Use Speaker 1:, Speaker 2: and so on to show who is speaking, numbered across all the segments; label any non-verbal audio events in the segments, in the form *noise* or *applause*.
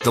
Speaker 1: The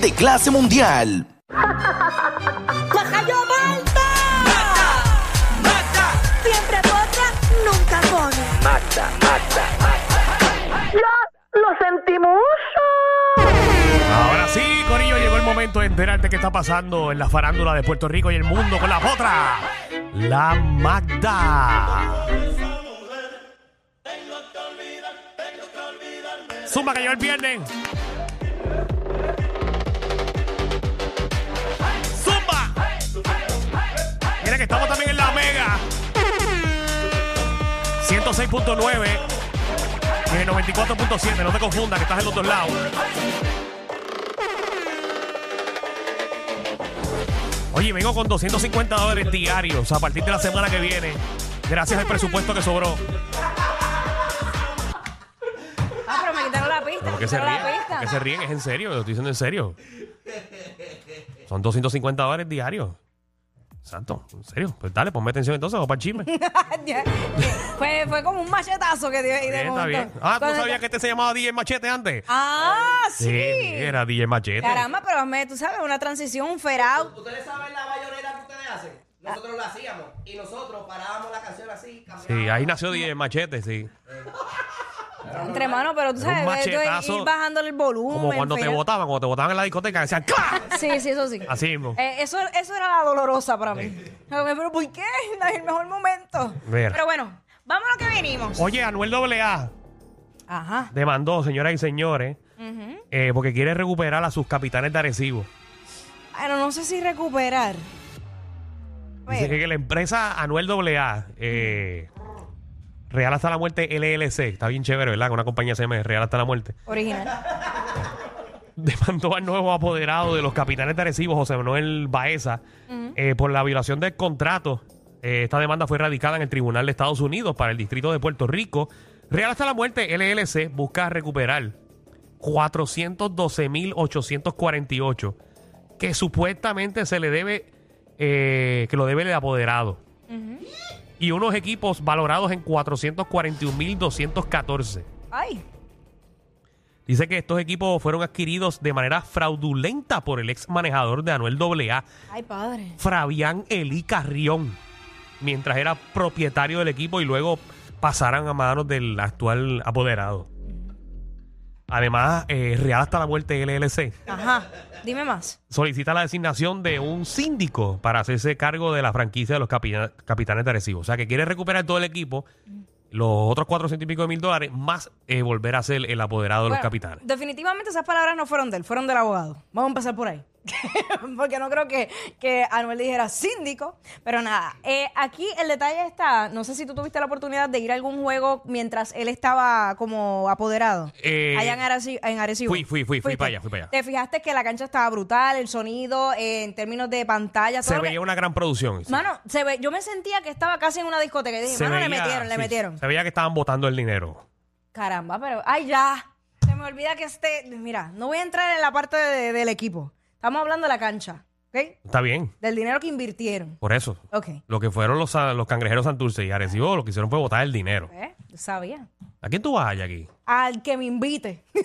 Speaker 2: de clase mundial.
Speaker 3: ¡Lajayo Malta! ¡Mata! ¡Mata! Siempre potra, nunca pone. ¡Mata! ¡Mata! ¡Lo, lo sentimos!
Speaker 4: Ahora sí, Corillo, llegó el momento de enterarte qué está pasando en la farándula de Puerto Rico y el mundo con la potra, la Magda. Zumba que llegó el viernes. Zumba. Mira que estamos también en la Mega. 106.9 y en el 94.7. No te confundas que estás en los dos lados. Oye, vengo con 250 dólares diarios a partir de la semana que viene. Gracias al presupuesto que sobró.
Speaker 5: Ah, pero me quitaron la pista.
Speaker 4: ¿Por
Speaker 5: Me
Speaker 4: qué se
Speaker 5: quitaron la
Speaker 4: ríen? ¿Por
Speaker 5: pista.
Speaker 4: qué se ríen? Es en serio, lo estoy diciendo en serio. Son 250 dólares diarios. Santo, en serio. Pues dale, ponme atención entonces, vamos para el
Speaker 5: *laughs*
Speaker 4: chisme. Está
Speaker 5: fue, fue como un machetazo que dio ahí de
Speaker 4: bien, está
Speaker 5: momento.
Speaker 4: bien. Ah, ¿tú no
Speaker 5: Cuando-
Speaker 4: sabías que este se llamaba DJ Machete antes?
Speaker 5: Ah, sí.
Speaker 4: era DJ Machete.
Speaker 5: Caramba, pero me, tú sabes, una transición, un ferao.
Speaker 6: ¿Ustedes saben la bayonera que ustedes hacen? Nosotros la hacíamos y nosotros parábamos la canción así,
Speaker 4: Sí,
Speaker 6: cambiábamos.
Speaker 4: ahí nació DJ Machete, sí.
Speaker 5: Entre manos, pero tú
Speaker 4: Era un
Speaker 5: sabes, esto es
Speaker 4: machetazo.
Speaker 5: ir bajándole el volumen.
Speaker 4: Como cuando te
Speaker 5: ferao.
Speaker 4: botaban, cuando te botaban en la discoteca, decían ¡Clac!
Speaker 5: Sí, sí, eso sí.
Speaker 4: Así mismo.
Speaker 5: Eh, eso, eso era la dolorosa para mí. Pero ¿por qué? No es el mejor momento.
Speaker 4: Mira.
Speaker 5: Pero bueno, vamos a lo que venimos.
Speaker 4: Oye, Anuel AA
Speaker 5: Ajá.
Speaker 4: demandó, señoras y señores, eh, porque quiere recuperar a sus capitanes de Arecibo.
Speaker 5: Bueno, no sé si recuperar.
Speaker 4: Dice
Speaker 5: Pero-
Speaker 4: que la empresa Anuel AA, eh, Real hasta la muerte LLC, está bien chévere, ¿verdad? Una compañía se llama Real hasta la muerte.
Speaker 5: Original.
Speaker 4: Demandó al nuevo apoderado de los capitanes de Arecibo, José Manuel Baeza, eh, por la violación del contrato. Eh, esta demanda fue radicada en el Tribunal de Estados Unidos para el Distrito de Puerto Rico. Real hasta la muerte LLC busca recuperar 412.848 que supuestamente se le debe, eh, que lo debe el apoderado. Y unos equipos valorados en 441.214.
Speaker 5: Ay.
Speaker 4: Dice que estos equipos fueron adquiridos de manera fraudulenta por el ex manejador de Anuel AA,
Speaker 5: Ay, padre.
Speaker 4: Fabián Elí Carrión, mientras era propietario del equipo y luego pasaran a manos del actual apoderado. Además, eh, Real hasta la muerte LLC
Speaker 5: Ajá. Dime más.
Speaker 4: solicita la designación de un síndico para hacerse cargo de la franquicia de los capita- capitanes de Arecibo. O sea, que quiere recuperar todo el equipo, los otros 400 y pico de mil dólares, más eh, volver a ser el apoderado de los
Speaker 5: Bueno,
Speaker 4: capitanes.
Speaker 5: Definitivamente esas palabras no fueron de él, fueron del abogado. Vamos a empezar por ahí. *laughs* Porque no creo que, que Anuel dijera síndico. Pero nada, eh, aquí el detalle está, no sé si tú tuviste la oportunidad de ir a algún juego mientras él estaba como apoderado.
Speaker 4: Eh,
Speaker 5: allá en Areci- en Arecibo.
Speaker 4: fui, fui, fui, fui
Speaker 5: Fuiste.
Speaker 4: para allá, fui para allá.
Speaker 5: Te fijaste que la cancha estaba brutal, el sonido, eh, en términos de pantalla, todo
Speaker 4: Se
Speaker 5: lo que-
Speaker 4: veía una gran producción. sí.
Speaker 5: Mano, se ve, yo me sentía que estaba casi en una discoteca. Y dije,
Speaker 4: Se
Speaker 5: mano, le
Speaker 4: veía-
Speaker 5: metieron, le
Speaker 4: sí,
Speaker 5: metieron.
Speaker 4: Se veía que estaban botando el dinero.
Speaker 5: Caramba, pero. ¡Ay, ya! Se me olvida que este. Mira, no voy a entrar en la parte de- del equipo. Estamos hablando de la cancha, ¿ok?
Speaker 4: Está bien,
Speaker 5: Del dinero que invirtieron.
Speaker 4: por eso.
Speaker 5: Ok.
Speaker 4: Lo que fueron los, los cangrejeros Santurce y Arecibo, lo que hicieron fue botar el dinero.
Speaker 5: ¿Eh? Yo Sabía.
Speaker 4: ¿A quién tú vas, Jackie?
Speaker 5: Al que me invite. *laughs* yo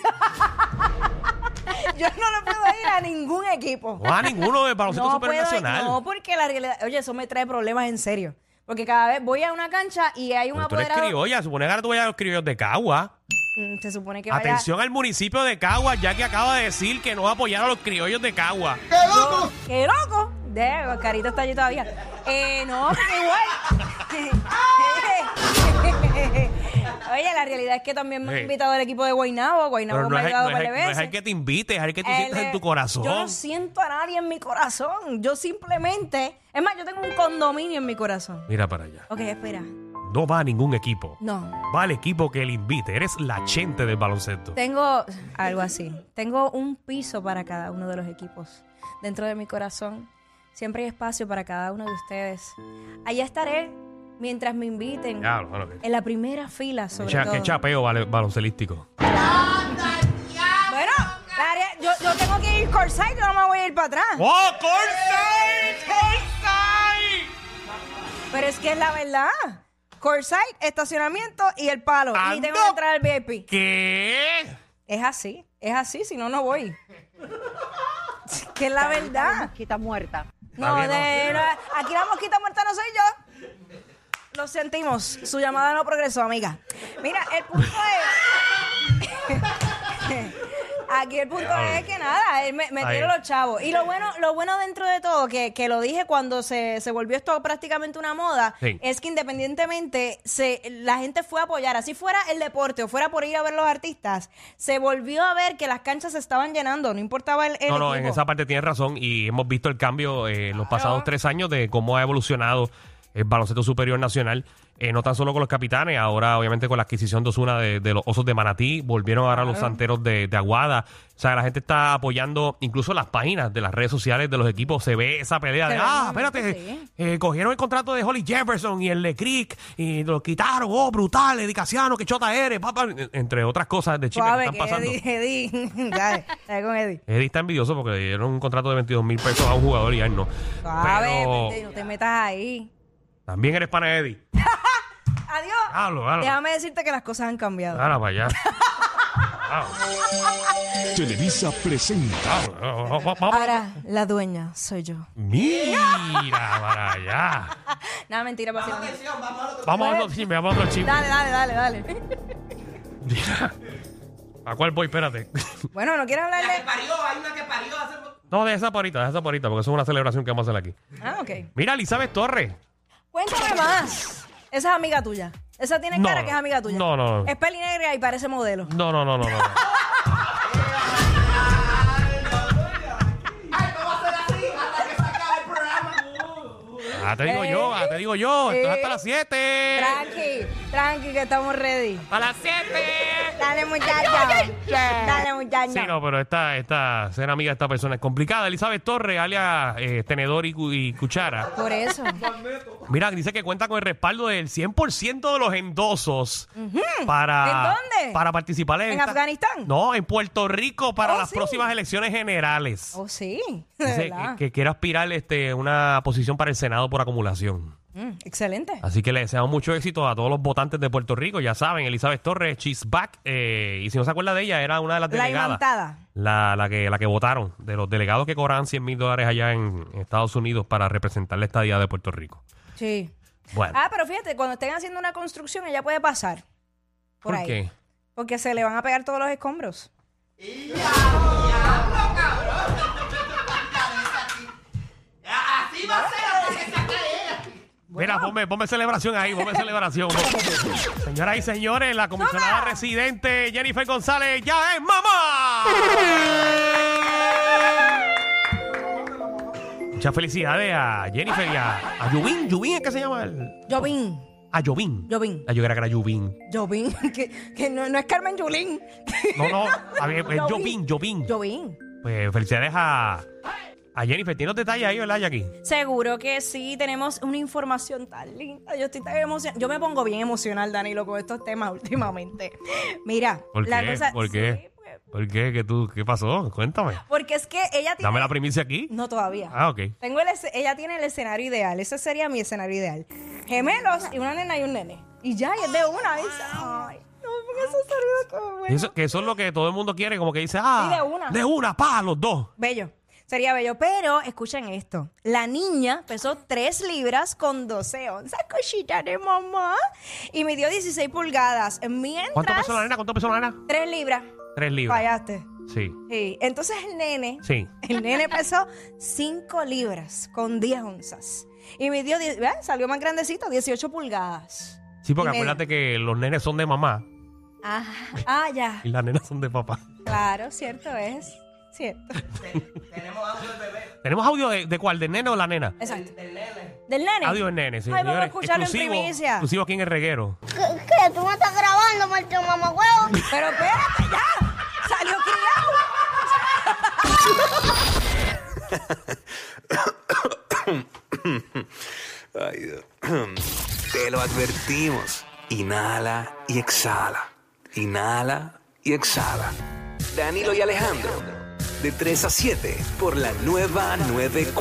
Speaker 5: no le puedo ir a ningún equipo.
Speaker 4: No vas a ninguno de baloncesto
Speaker 5: No puedo,
Speaker 4: supernacional.
Speaker 5: no, porque la realidad. Oye, eso me trae problemas en serio. Porque cada vez voy a una cancha y hay un
Speaker 4: Pero tú eres
Speaker 5: apoderado.
Speaker 4: criolla, supone que ahora tú vayas a los criollos de Cagua.
Speaker 5: Mm, Se supone que vaya.
Speaker 4: Atención al municipio de Cagua, ya que acaba de decir que no va a apoyar a los criollos de Cagua.
Speaker 5: ¡Qué loco! De, Carito está allí todavía. Eh, no, porque igual. *laughs* Oye, la realidad es que también me han
Speaker 4: Sí.
Speaker 5: invitado al equipo de Guaynabo. Guaynabo
Speaker 4: Pero
Speaker 5: me
Speaker 4: no
Speaker 5: ha
Speaker 4: es,
Speaker 5: ayudado
Speaker 4: no
Speaker 5: para
Speaker 4: es-
Speaker 5: el
Speaker 4: no es el que te invites, es el que tú sientas en tu corazón.
Speaker 5: Yo no siento a nadie en mi corazón. Yo simplemente. Es más, yo tengo un condominio en mi corazón.
Speaker 4: Mira para allá.
Speaker 5: Ok, espera.
Speaker 4: no va a ningún equipo.
Speaker 5: No.
Speaker 4: Va al equipo que le invite. Eres la chente del baloncesto.
Speaker 5: Tengo algo así. Tengo un piso para cada uno de los equipos. Dentro de mi corazón siempre hay espacio para cada uno de ustedes. Allá estaré mientras me inviten.
Speaker 4: Diablo, mano, qué-
Speaker 5: En la primera fila,
Speaker 4: qué
Speaker 5: sobre
Speaker 4: cha-
Speaker 5: todo.
Speaker 4: qué chapeo bal- baloncelístico.
Speaker 5: Bueno, la área- yo, yo tengo que ir Corsai, yo no me voy a ir para atrás.
Speaker 4: ¡Oh, Corsai! ¡Corsai!
Speaker 5: Pero es que es la verdad. Corsite, estacionamiento y el palo. Y
Speaker 4: Ando.
Speaker 5: tengo que entrar al VIP.
Speaker 4: ¿Qué?
Speaker 5: Es así, es así, si no, no voy. Es que es la verdad.
Speaker 7: Mosquita muerta.
Speaker 5: No,
Speaker 4: Está bien,
Speaker 5: de- no, aquí la mosquita muerta no soy yo. Lo sentimos. Su llamada no progresó, amiga. Mira, el punto es. *laughs* Aquí el punto es que nada, él me, me
Speaker 4: Ahí.
Speaker 5: tiró los chavos. Y lo bueno, lo bueno dentro de todo, que, que lo dije cuando se, se volvió esto prácticamente una moda,
Speaker 4: Sí.
Speaker 5: es que independientemente se, la gente fue a apoyar, así fuera el deporte o fuera por ir a ver los artistas, se volvió a ver que las canchas se estaban llenando, no importaba el, el
Speaker 4: No, no, en
Speaker 5: equipo.
Speaker 4: esa parte tienes razón y hemos visto el cambio eh, en los pasados tres años de cómo ha evolucionado el baloncesto superior nacional, eh, no tan solo con los capitanes, ahora obviamente con la adquisición de Osuna de, de los Osos de Manatí, volvieron ahora los Santeros de, de Aguada, o sea, la gente está apoyando incluso las páginas de las redes sociales de los equipos, se ve esa pelea de,
Speaker 5: Se ve
Speaker 4: ah,
Speaker 5: un-
Speaker 4: espérate,
Speaker 5: sí.
Speaker 4: eh, cogieron el contrato de Holly Jefferson y el de Crick y lo quitaron, oh, brutal, Edicasiano, que chota eres, papá, entre otras cosas de chisme que
Speaker 5: Suave,
Speaker 4: están
Speaker 5: que
Speaker 4: pasando.
Speaker 5: Eddie, Eddie, *laughs* dale, dale con Eddie.
Speaker 4: Eddie está envidioso porque le dieron un contrato de 22 mil pesos a un jugador y a él no.
Speaker 5: Suave,
Speaker 4: Pero
Speaker 5: vente, no te metas ahí.
Speaker 4: también eres pana de Eddie.
Speaker 5: Adiós.
Speaker 4: Hablo, hablo.
Speaker 5: Déjame decirte que las cosas han cambiado.
Speaker 4: Ahora para allá.
Speaker 8: Televisa presenta.
Speaker 4: Hablo, hablo, hablo, hablo.
Speaker 5: Ahora, la dueña soy yo.
Speaker 4: Mira para allá.
Speaker 5: *laughs* Nada, mentira, vacilón.
Speaker 4: Vamos a otro chisme, vamos a otro chisme.
Speaker 5: Dale, dale, dale, dale. *laughs*
Speaker 4: ¿A cuál voy? Espérate. *laughs*
Speaker 5: Bueno, ¿no quieres
Speaker 6: La que
Speaker 5: hablarle?
Speaker 6: parió, hay una que parió hace po-
Speaker 4: No, de esa parita, de esa parita, porque eso es una celebración que vamos a hacer aquí.
Speaker 5: Ah, ok.
Speaker 4: Mira, Elizabeth Torres.
Speaker 5: Cuéntame más. Esa es amiga tuya. Esa tiene
Speaker 4: No,
Speaker 5: cara
Speaker 4: no.
Speaker 5: que es amiga tuya.
Speaker 4: No, no, no.
Speaker 5: Es pelinegra y parece modelo.
Speaker 4: No, no, no, no, no.
Speaker 6: Ay, no va a ser así hasta que se acabe el programa.
Speaker 4: Ah, te digo yo, ah, te digo yo. Esto es hasta las 7.
Speaker 5: Tranqui, tranqui, que estamos ready.
Speaker 4: ¡A las 7!
Speaker 5: Dale, muchacha. Dale, muchacha.
Speaker 4: Sí, no, pero esta, esta, ser amiga de esta persona es complicada. Elizabeth Torres, alias eh, Tenedor y, cu- y Cuchara.
Speaker 5: Por eso.
Speaker 4: Mira, dice que cuenta con el respaldo del 100% de los endosos para,
Speaker 5: ¿En dónde?
Speaker 4: para participar en,
Speaker 5: ¿En
Speaker 4: esta-
Speaker 5: Afganistán?
Speaker 4: No, en Puerto Rico para
Speaker 5: Oh,
Speaker 4: las
Speaker 5: sí.
Speaker 4: próximas elecciones generales.
Speaker 5: Oh, sí.
Speaker 4: *laughs*
Speaker 5: De
Speaker 4: Dice que,
Speaker 5: verdad.
Speaker 4: que quiere aspirar este, una posición para el Senado por acumulación.
Speaker 5: Mm, excelente.
Speaker 4: Así que le deseamos mucho éxito a todos los votantes de Puerto Rico. Ya saben, Elizabeth Torres, she's back. eh, y si no se acuerda de ella, era una de las
Speaker 5: La
Speaker 4: delegadas.
Speaker 5: imantada.
Speaker 4: La, la, que, la que votaron, de los delegados que cobraban 100 mil dólares allá en Estados Unidos para representar la estadía de Puerto Rico.
Speaker 5: Sí.
Speaker 4: Bueno,
Speaker 5: Ah, pero fíjate, cuando estén haciendo una construcción, ella puede pasar. Por,
Speaker 4: ¿por
Speaker 5: ahí.
Speaker 4: qué?
Speaker 5: Porque se le van a pegar todos los escombros.
Speaker 6: Así va a ser hasta que se acabe ella.
Speaker 4: Mira, ponme, ponme celebración ahí, ponme
Speaker 5: *laughs*
Speaker 4: celebración. Señoras y señores, la comisionada residente Jennifer González ya es mamá. Muchas felicidades a Jennifer y a, a Yubin. Yubin es que se llama el-
Speaker 5: Jovín,
Speaker 4: A Yovin.
Speaker 5: Yovin.
Speaker 4: Ah, yo creía que era Yubin.
Speaker 5: Jovín, *laughs* que, que no, no es Carmen Yulín.
Speaker 4: No, no, a ver, es Yovin, Yovin.
Speaker 5: Jovín.
Speaker 4: Pues felicidades a, a Jennifer. Tiene los detalles ahí, ¿verdad, Jackie?
Speaker 5: Seguro que sí, tenemos una información tan linda. Yo estoy tan emocionada. Yo me pongo bien emocional, Danilo, con estos temas *laughs* últimamente. Mira,
Speaker 4: ¿Por
Speaker 5: la
Speaker 4: qué?
Speaker 5: cosa.
Speaker 4: ¿Por
Speaker 5: sí,
Speaker 4: qué?
Speaker 5: pues,
Speaker 4: ¿Por qué? ¿Qué, tú, ¿Qué pasó? Cuéntame.
Speaker 5: porque es que ella tiene.
Speaker 4: Dame la primicia aquí.
Speaker 5: No todavía.
Speaker 4: Ah, ok.
Speaker 5: Tengo el esce- ella tiene el escenario ideal. Ese sería mi escenario ideal. Gemelos y una nena y un nene. Y ya, y es de una. ¿viste? Ay, no me pongas esos saludos como bueno.
Speaker 4: Eso, que eso es lo que todo el mundo quiere, como que dice, ah,
Speaker 5: Sí, de una.
Speaker 4: De una, pa, los dos.
Speaker 5: Bello. Sería bello. Pero escuchen esto. La niña pesó 3 libras con 12 onzas. Cosita de mamá. Y midió 16 pulgadas. Mientras.
Speaker 4: ¿Cuánto pesó la nena? ¿Cuánto pesó la nena?
Speaker 5: 3 libras.
Speaker 4: Tres libras.
Speaker 5: Fallaste.
Speaker 4: Sí,
Speaker 5: Sí. Entonces el nene.
Speaker 4: sí.
Speaker 5: El nene pesó 5 libras con 10 onzas. Y midió, die- ¿ves? salió más grandecito, 18 pulgadas.
Speaker 4: Sí, porque
Speaker 5: Y media.
Speaker 4: acuérdate que los nenes son de mamá
Speaker 5: Ah, ah, ya.
Speaker 4: y las nenas son de papá. *laughs*
Speaker 5: Claro, cierto es. Cierto.
Speaker 6: Tenemos audio del bebé,
Speaker 4: ¿Tenemos audio de, de cuál? ¿Del nene o la nena?
Speaker 5: Exacto.
Speaker 6: del nene.
Speaker 5: ¿Del nene?
Speaker 4: Adiós, nene.
Speaker 5: Ay, vamos a
Speaker 4: señores.
Speaker 5: escucharlo en
Speaker 4: Exclusivo-
Speaker 5: primicia.
Speaker 4: Exclusivo aquí en el reguero.
Speaker 7: ¿Qué? qué? ¿Tú me estás grabando, Martín Mamagüevo?
Speaker 5: Pero espérate ya. Salió criado.
Speaker 9: Ay, Dios. *clears throat* Te lo advertimos. Inhala y exhala. Inhala y exhala. Danilo y Alejandro, de 3 a 7 por la nueva 94.